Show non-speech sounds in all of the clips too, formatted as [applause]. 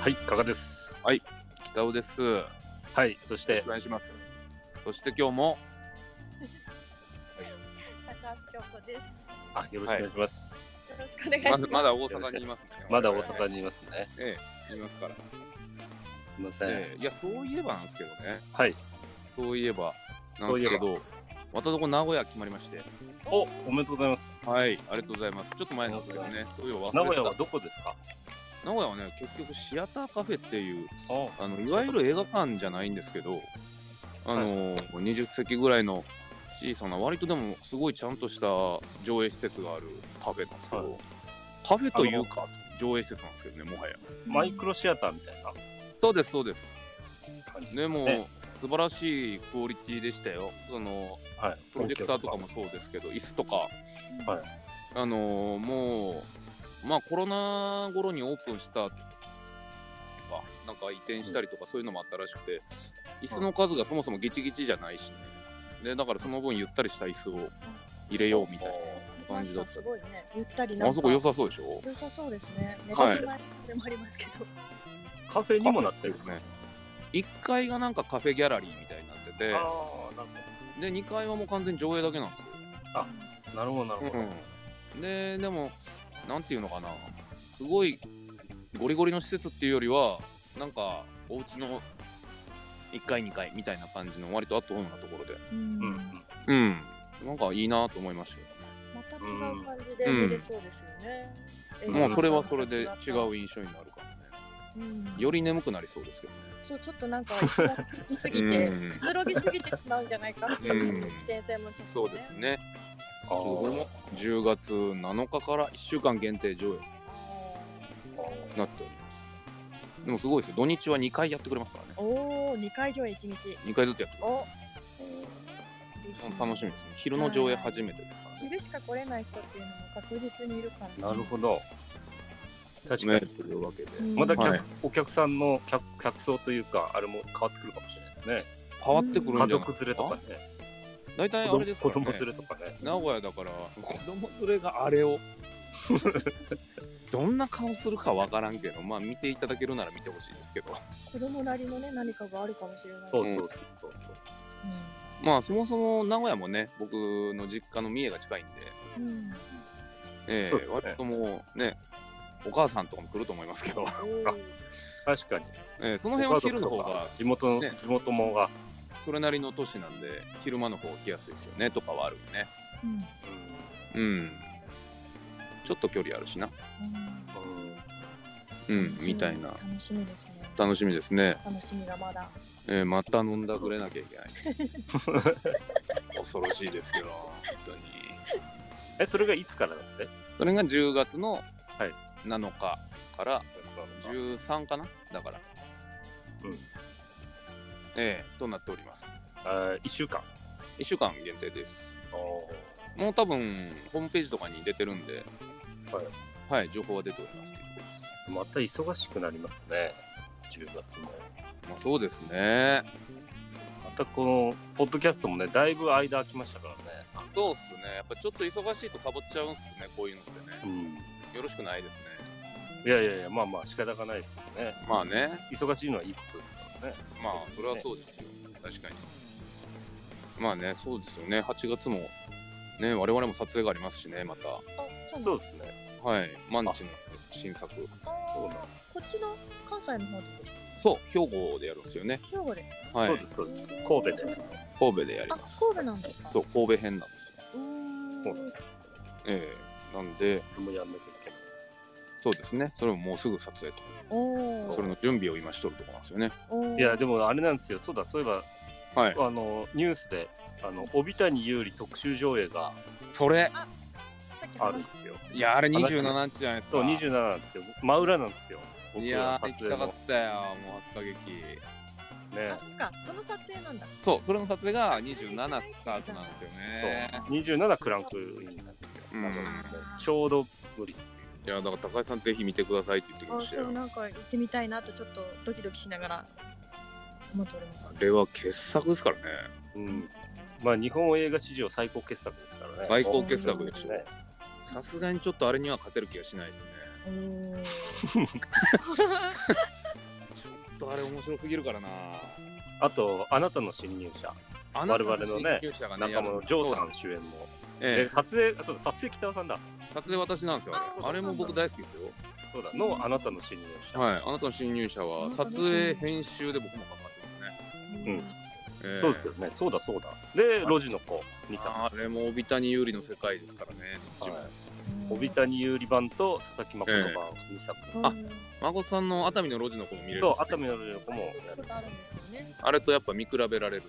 はい、加賀です。北尾です。よはい、そしろしてくお、願いします。そして今日も高橋京子です。あ、よろしくお願いします。よろしくお願いしままずす。まだ大阪にいますね。 [laughs] まだ大阪にいますね。ええいますから。すみません。ええいやそういえばなんですけどね。はい、そういえばなんですけそど、またここ名古屋決まりまして。お、おめでとうございます。はい、ありがとうございます。ちょっと前なんですけどね。そういえば忘れてた名古屋はどこですか。名古屋はね結局シアターカフェっていうああのいわゆる映画館じゃないんですけど、あの20席ぐらいの小さな割とでもすごいちゃんとした上映施設があるカフェなんですけど、はカフェというか上映施設なんですけどねもはやマイクロシアターみたいなそうですそうです感じ。でもね素晴らしいクオリティでしたよそのはい。プロジェクターとかもそうですけど椅子とかはいあのもうまあコロナ頃にオープンしたとかなんか移転したりとかそういうのもあったらしくて椅子の数がそもそもギチギチじゃないしねでだからその分ゆったりした椅子を入れようみたいな感じだったすごいね。ゆったりなんか。あそこ良さそうでしょ良さそうですね。寝はいてしまいそうでもありますけど。カフェにもなってるんですね。ね1階がなんかカフェギャラリーみたいになっててああ、なるで2階はもう完全に上映だけなんですよあほど。なるほど、なるほど。うん、ででもなんていうのかなすごいゴリゴリの施設っていうよりはなんかお家の1階2階みたいな感じの割とアットホームなところでうんうん、うん、うんなんかいいなと思いましたよまた違う感じで見れそうですよね。うんもうそれはそれで違うう印象になるからねん。より眠くなりそうですけどねそうちょっとなんか行きすぎてうんくつろぎすぎてしまうんじゃないかっていう危険性もちょっとね。そうです。ねあそうこれーも10月7日から1週間限定上映になっておりますでもすごいですよ土日は2回やってくれますからねおお、二回上映一日。 2回ずつやってくれお、ますうん楽しみですね昼の上映初めてですからね昼しか来れない人っていうのも確実にいるからね。なるほど。確かね、に。というわけで、うんまた客、はいお客さんの客客層というか、あれも変わってくるかもしれないですね。変わってくるんじ家ゃない族連れとかね、大体あれですか子ら、ね、供連れとかね。名古屋だから子供連れがあ [laughs] れをどんな顔するかわからんけどまあ見ていただけるなら見てほしいですけど子供なりのね何かがあるかもしれない。そううそうそそうそう。まあそもそも名古屋もね僕の実家の三重が近いんで、う [laughs] ん。うん。えそうえですね割ともうねお母さんとかも来ると思いま [laughs] すけど、おー確かに。ええそこの辺は昼の方が地元の、ね地元もが、それなりの都市なんで昼間の方が来やすいですよねとかはあるよねうん。うんちょっと距離あるしなうんうんうんみたいな楽しみですね。楽しみですね楽しみがまだ。えー、また飲んだくれなきゃいけない [laughs] 恐ろしいですけど本当にえそれがいつからだって？それが10月のはい7日から13かなだからうんええとなっておりますあー一週間。 1週間限定ですもう多分ホームページとかに出てるんでははい、情報は出ておりますということですまた忙しくなりますね。10月も。まあそうですねまたこのポッドキャストもね、だいぶ間空きましたからそうっすねやっぱちょっと忙しいとサボっちゃうんすねこういうのってねね。よろしくないですねうん。いやいやいや、まあまあ仕方がないですけどね。まあね忙しいのはいいことですからね。まあそれはそうですよ、確かに。まあね、そうですよね、8月も、ね、我々も撮影がありますしね、また、あ、そうなんそだうですね。はい、マンチの新作、そうあなんーこっちの関西の方でした。そう、兵庫でやるんですよね、兵庫で。はそういで、すそうです。神戸で。神戸でやりあ、ます。神戸なんですか。そう、神戸編なんですよ。うーん。そうなんええなんで、もうやんなきゃいけない。そうですね、それももうすぐ撮影と、おお。それの準備を今しとるところなんですよね。おーいやでもあれなんですよ。そうだそういえばはい、あのニュースであの帯谷有利特集上映がそれ、さっきあるん話でしすよ。いや、あれ27日じゃないですそうか。 27なんですよ。真裏なんですよ。いやー、行き撮た影かのったよ、もう初歌劇。た。ねあ、。そっか。その撮影なんだ。そう、それの撮影が27スタートなんですよそうね。 27クランクインなんですよ。うんなのでちょうど無理。いやだから高橋さんぜひ見てくださいって言ってきあましたそうよ。なんか行ってみたいなとちょっとドキドキしながら思っております [laughs] あ。れは傑作ですからね。うん。まあ日本映画史上最高傑作ですからね。最高傑作でしすょね。さすがにちょっとあれには勝てる気がしないですね。おーとあれ面白すぎるからなあと、あなたの侵入者、あ々のね研究者がね仲間やのるジョーさん主演も。えで撮影、あそうだ、撮影北尾さんだ。え撮影私なんですよあれあれも僕大好きですよそうだ、のあなたの侵入者。はいあなたの侵入者は撮影編集で僕も関わってますね、 [laughs] うんええそうですよね、そうだそうだ。で、路地の子、2作。あれも帯谷有利の世界ですからね、自分帯谷優里版と佐々木誠版2作。あ、あ孫さんの熱海の路地の子も見れるんでとす、熱海の路地の子もやるんでするんですよね。あれとやっぱ見比べられる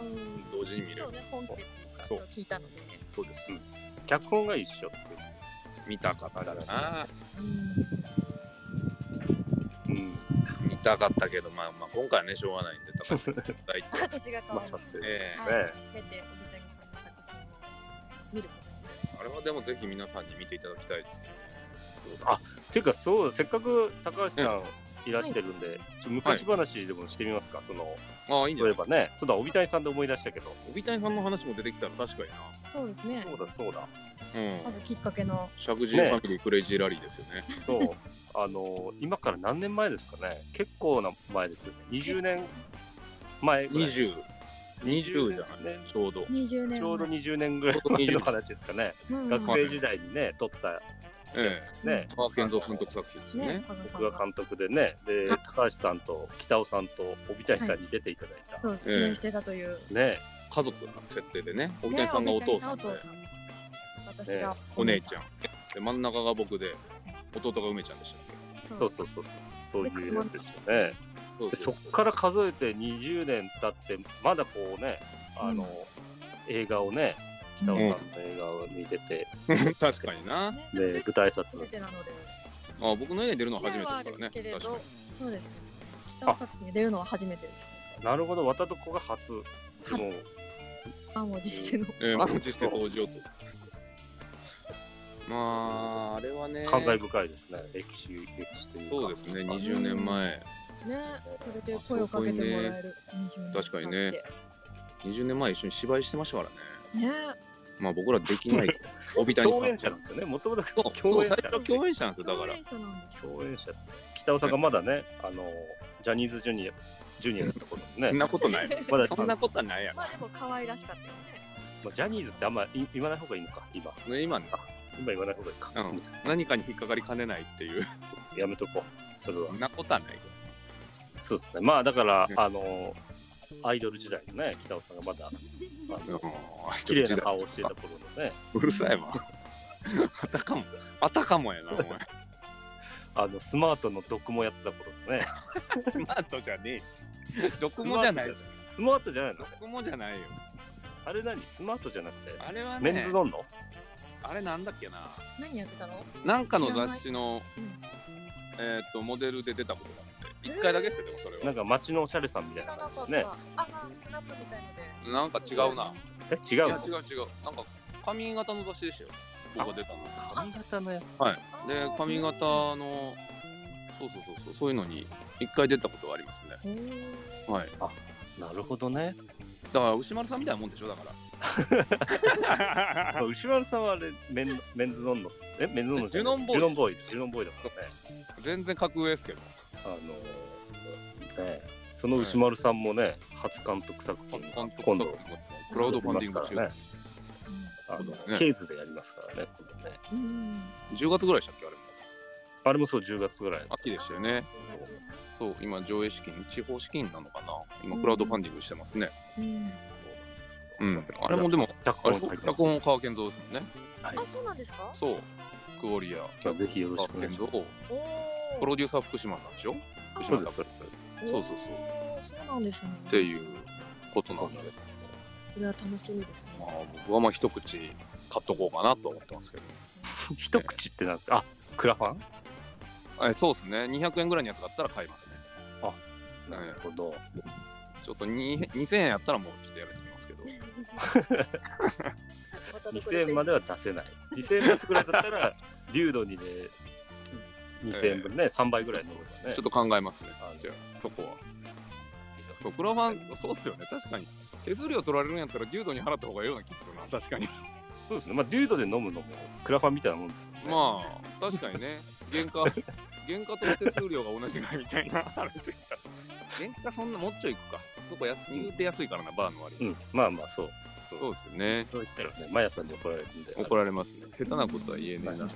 うん同時に見れるそうね、本家というか、そう聞いたのでね。そうです、うん脚本が一緒っていう。見たかったなうん、見たかったけど、まあ、まあ今回はねしょうがないんで高橋さん大体私が変まあわる撮影でええすね。出て、おびたさんの作品を見ることになる。あれはでもぜひ皆さんに見ていただきたいですねあっていうかそうせっかく高橋さんいらしてるんで、ちょ昔話でもしてみますか、そのああいいんじゃ例えないですかばねそうだ帯谷さんで思い出したけど帯谷さんの話も出てきたら確かになそうですね。そうだそうだうまんずきっかけの。石神井ファミリークレイジーラリーですよねそう [laughs] あの今から何年前ですかね結構な前ですよね20年前ぐらい2020 20じゃない、ねちょうど20年前ちょうど20年ぐらい前の話ですかねうんうん学生時代にね撮ったえねえ川健三監督作品ですよねね、加賀さん僕が監督でねで高橋さんと北尾さんと帯谷さんに出ていただいた、そう出演してたという。ね家族の設定でね帯谷さんがお父さんで、ねお父さん私がお姉ちゃんで真ん中が僕で弟が梅ちゃんでしたっけゃんそうそうそうそうそういうやつですよねそうでそそうっから数えて20年経ってまだこうねあの、うん映画をね北尾さんの映画を見てて、 [laughs] 確かになあねで舞台挨拶初めてなので。僕の映画に出るのは初めてですからねけれど確かにそうですね。北尾作に出るのは初めてです。なるほど渡と子が初も初うあ、もう実践の。えー、あ満を持して登場とまああれはね感慨深いですね、歴史歴史というかそうですね20年前ね、それで声をかけてもらえる20年確かにね20年前一緒に芝居してましたからね経って。ね、まあ僕らできない帯谷さん共演者なんですよねもともとそうそ共う演者最初は共演者なんですよだから共演者なんですよ共演者北尾さんがまだ [laughs] ねあのジャニーズジュニアジュニアのところのそんねなことないまだそんなことはないやろまあでも可愛らしかったよね。まあジャニーズってあんまり言わない方がいいのか今ね今ね今言わない方がいいか、うん何かに引っかかりかねないっていうやめとこうそれはそんなことはないよそうですね。まあだから、うんあのアイドル時代のね、北尾さんがまだあの綺麗な顔をしていた頃のね、うるさいわ。あたかも、あたかもやな、お前。あのスマートの毒もやってた頃の [laughs] ね、スマートじゃねえし。毒もじゃないし。スマートじゃないの？毒もじゃないよ。あれ何？スマートじゃなくて、あれはメンねズ、ノンの？あれなんだっけな。何やってたの？なんかの雑誌の、うんえっと、モデルで出たことがあって。一回だけですよ、でもそれなはん。か街のおしゃれさんみた知いらななか感った。じでね。あ、まあスナップみたいので。なんか違うな。え違いうや、の？違う違う。なんか、髪型の雑誌でしたよ。僕が出たの。髪型のやつ。はいあ。ーで、髪型の、そうそうそうそう、そういうのに、一回出たことがありますね。へーはい。なるほどね。だから、牛丸さんみたいなもんでしょ、だから。まあ [laughs] 牛丸さんはあれメンメンズノンのえメンズノンのじゃないジュノンボーイジュノンボーイジュノンボーイだから全然格上ですけど。ね。あのねその牛丸さんもね初監督作品が監督今度作クラウドファンディング中、ね。あうんの、ねケーズでやりますからね、今度ね。うん。 10月ぐらいでしたっけあれもあれもそう、10月ぐらい。秋でしたよねそう今上映資金地方資金なのかな今うんクラウドファンディングしてますねうん。うん、あれもでも脚あ本れ入って脚ます。本川健三ですもんねはいあ、そうなんですか？そうクオリアじゃあぜひよろしくお願いします川健お三お。プロデューサー福島さんでしょあそうです、そうです。そうそうそうおーそうなんですね。っていうことなそんうでなんですこれは楽しみです [laughs] まね。あ僕はまあ一口買っとこうかなと思ってますけど一口ってなんですかあ、クラファンえそうですね200円ぐらいのやつがあったら買いますねなるほど。ちょっとに2000円やったらもうちょっとやめてきますけど2000円までは出せない。2000円出すぐらいだった [laughs] ら、流動にね、2000円分ね、3倍ぐらいのものがねちょっ。と考えますねあ。じゃあ、そこは。そう、クラファン、そうっすよね。確かに。手数料取られるんやったら、デュードに払った方がいいような気するな。確かに。そうですね。まあ、デュードで飲むのも、クラファンみたいなもんですよね。ま [laughs] あ、確かにね。原価、原価と手数料が同じぐらいみたいな。あれ原価そんなもっちょいくか。そこや言うて安いからな、バーの割うに。ん、まあまあそう。そうですよね。そう言ったらね、マヤさんに怒られるんで。怒られますね。下手なことは言えねえな。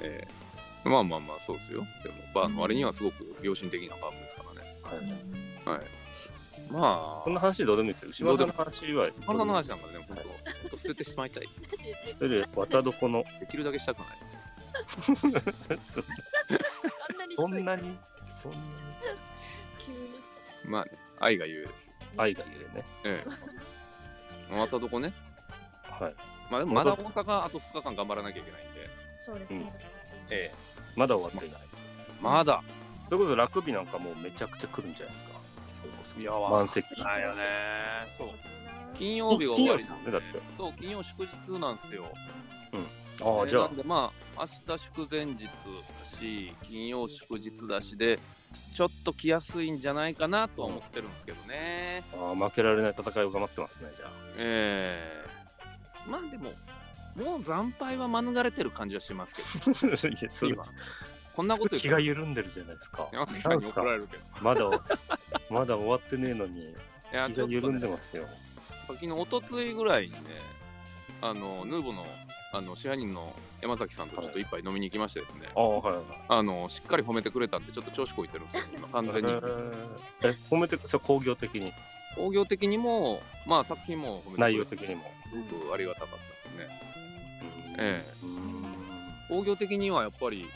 ええまあまあまあ、そうですよ。でも、バーの割にはすごく良心的なバーですからね。はいはい。まあ、こんな話どうでもいいですよ。牛丸さんの話は。この話なんかね、本当、本当捨ててしまいたいです。それで、綿床の。できるだけしたくないです。あんなにそ急んになに、そんなにまあね、愛がゆえです。愛がゆえね。え [laughs] え。またどこね。はい。まあ、でもまだ大阪あと2日間頑張らなきゃいけないんで。そうですね、ええ。まだ終わっていない。まだ。それこそ楽日なんかもうめちゃくちゃ来るんじゃないですか。それこそいや満席。ないよね。そう。う金曜日が終わりなんで、金曜日ですよねだそう、金曜祝日なんですよ。ああ、ねじゃなんで、まあ、明日祝前日だし、金曜祝日だしで、ちょっと来やすいんじゃないかなとは思ってるんですけどね。あ、ああ負けられない戦いを頑張ってますね、じゃあ。ええまあでも、もう惨敗は免れてる感じはしますけ [laughs] いやそど、れ今。こんなこと言っ気たがら緩んでるじゃないですか。山崎さんに怒られるけど。まだ、まだ終わってねえのに、いや、気ちょがっと緩んね、でますよ。昨日、おとついぐらいにね、あの、ヌーボの、あの、支配人の山崎さんとちょっと一杯飲みに行きましてですね。ああ、はいはい。あのしっかり褒めてくれたんでちょっと調子こいてるんですよ [laughs] 今完全えにーえ、褒めて、それ工業的に、工業的にもまあ作品も褒めてくれて内容的にも。すごくありがたかったですねうんえうーん工業的にはやっぱり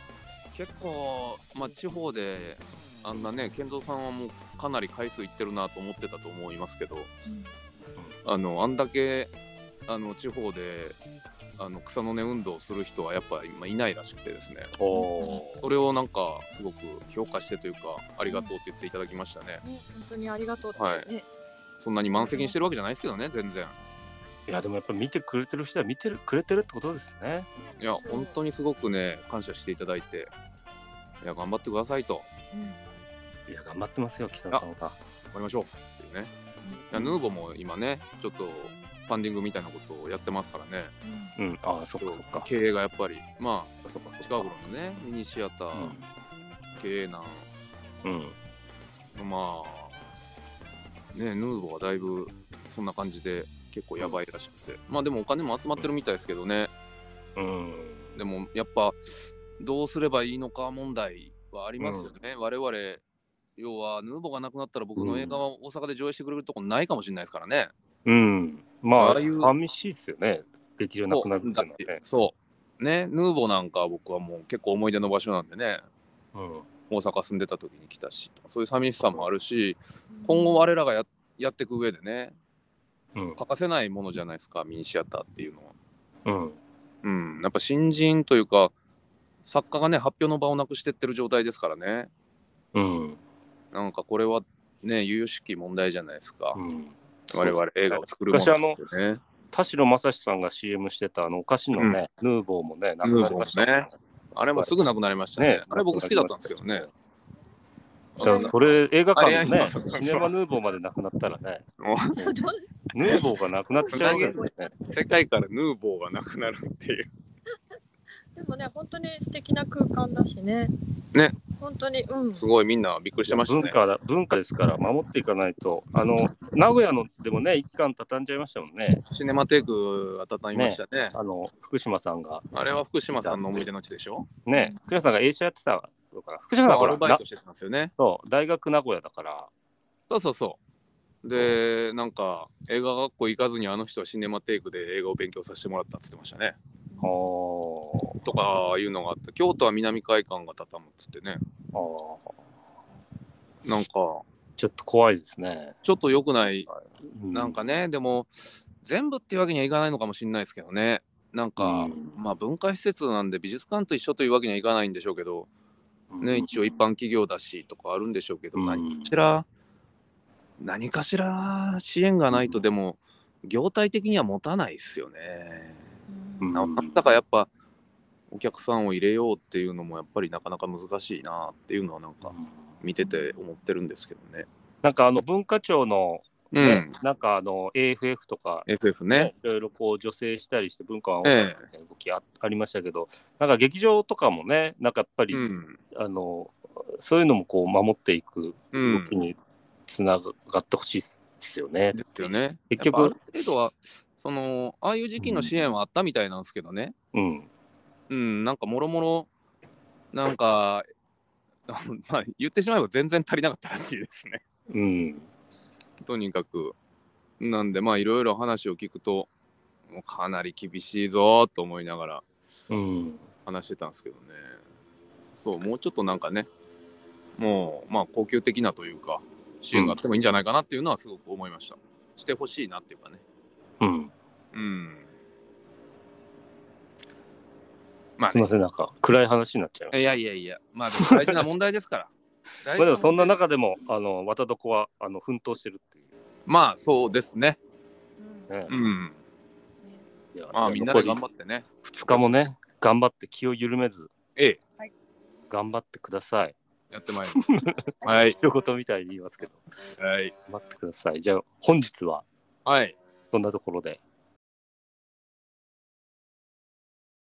結構まあ地方であんなね健三さんはもうかなり回数いってるなと思ってたと思いますけどあのあんだけあの地方であの草の根運動をする人はやっぱ今いないらしくてですねおそれをなんかすごく評価してというかありがとうって言っていただきましたねね、本当にありがとうって、はいねそんなに満席にしてるわけじゃないですけどね全然いやでもやっぱり見てくれてる人は見てるくれてるってことですね。いや、本当にすごくね、感謝していただいて、いや、頑張ってくださいと、いや頑張ってますよ北野さんが。頑張りましょうっていうね。いや、ヌーボも今ね、ちょっとファンディングみたいなことをやってますからね、うんああそっかそっか経営がやっぱり、まあ、そっかそっ近か頃のね、ミニシアター経営なん、うんうんまあ、ね、ヌーボはだいぶそんな感じで、結構やばいらしくて、まあでもお金も集まってるみたいですけどね、うんでもやっぱどうすればいいのか問題はありますよね。我々要はヌーボがなくなったら僕の映画は大阪で上映してくれるとこないかもしれないですからね。うんまあああいう寂しいですよね劇場なくなるっていうだのっはてね。そうねヌーボなんか僕はもう結構思い出の場所なんでねうん大阪住んでた時に来たしとかそういう寂しさもあるし今後我らがややっていく上でねうん欠かせないものじゃないですかミニシアターっていうのは。うんうんやっぱ新人というか作家がね発表の場をなくしてってる状態ですからね。うんなんかこれはね、由々しき問題じゃないですか。うん。我々映画を作るものですよね。田代正史さんが CM してたあのお菓子のね、ヌーボーもねなくなりましたヌーボーもあれもすぐなくなりましたね。ねあれ僕好きだったんですけどね。だからそれ映画館のあれねそうそうそうシネマヌーボーまでなくなったらねそうどうですヌーボーがなくなっちゃうぐらいですね。世界からヌーボーがなくなるっていう。でもね本当に素敵な空間だしねね本当にうんすごいみんなびっくりしてました文ね。化だ文化ですから守っていかないとあの名古屋のでもね一巻畳んじゃいましたもんねシネマテイク温めましたね。あの福島さんがあれは福島さんの思い出の地でしょね福島さんが映写やってたのかな福島さんアほルらバイなトしてたんですよね。そう大学名古屋だからそうそうそう。で、なんか映画学校行かずにあの人はシネマテイクで映画を勉強させてもらったって言ってましたね。おとかいうのがあって、京都は南海岸が畳むっつってね。あーなんか、ちょっと怖いですね、ちょっと良くない、うなんかね、でも、全部っていうわけにはいかないのかもしれないですけどね、なんか、うんまあ文化施設なんで、美術館と一緒というわけにはいかないんでしょうけど、ね、一応一般企業だしとかあるんでしょうけど、うん何かしら、何かしら支援がないと、でも、業態的には持たないですよね。うんななんだかやっぱ、お客さんを入れようっていうのも、やっぱりなかなか難しいなっていうのは、なんか、見てて思ってるんですけどね。なんかあの文化庁の、うねん、なんかあの AFF とか FF ねね。いろいろこう助成したりして文化を守るみたいな動きあ,、ありましたけどなんか劇場とかもねなんかやっぱり、うんあのそういうのもこう守っていくう動んきにつながってほしいですよね。ですよね。結局やっぱある程度はそのああいう時期の支援はあったみたいなんですけどね。うん。うん、なんかもろもろなんか [laughs] まあ言ってしまえば全然足りなかったらしいですね。 [laughs] うん。とにかくなんでまあいろいろ話を聞くともうかなり厳しいぞーと思いながらうん。話してたんですけどね。そうもうちょっとなんかねもうまあ恒久的なというか支援があってもいいんじゃないかなっていうのはすごく思いました。してほしいなっていうかね。うん。うん。まあすいね、ません、なんか暗い話になっちゃいまいしやいやいや、まあでも大事な問題です [laughs] から。た。大事まあでもそんな問題中でも、あの、わたどこは、あの、奮闘してるっていうまあそうですね。うんね。うん。ねいやまあみんなで頑張残ってね。り2日もね、頑張って気を緩めず、ええ、頑張ってください。やってまいります。はい。一言みた [laughs] いに言いますけど、はい。頑張ってください。じゃあ、本日ははい。そんなところで。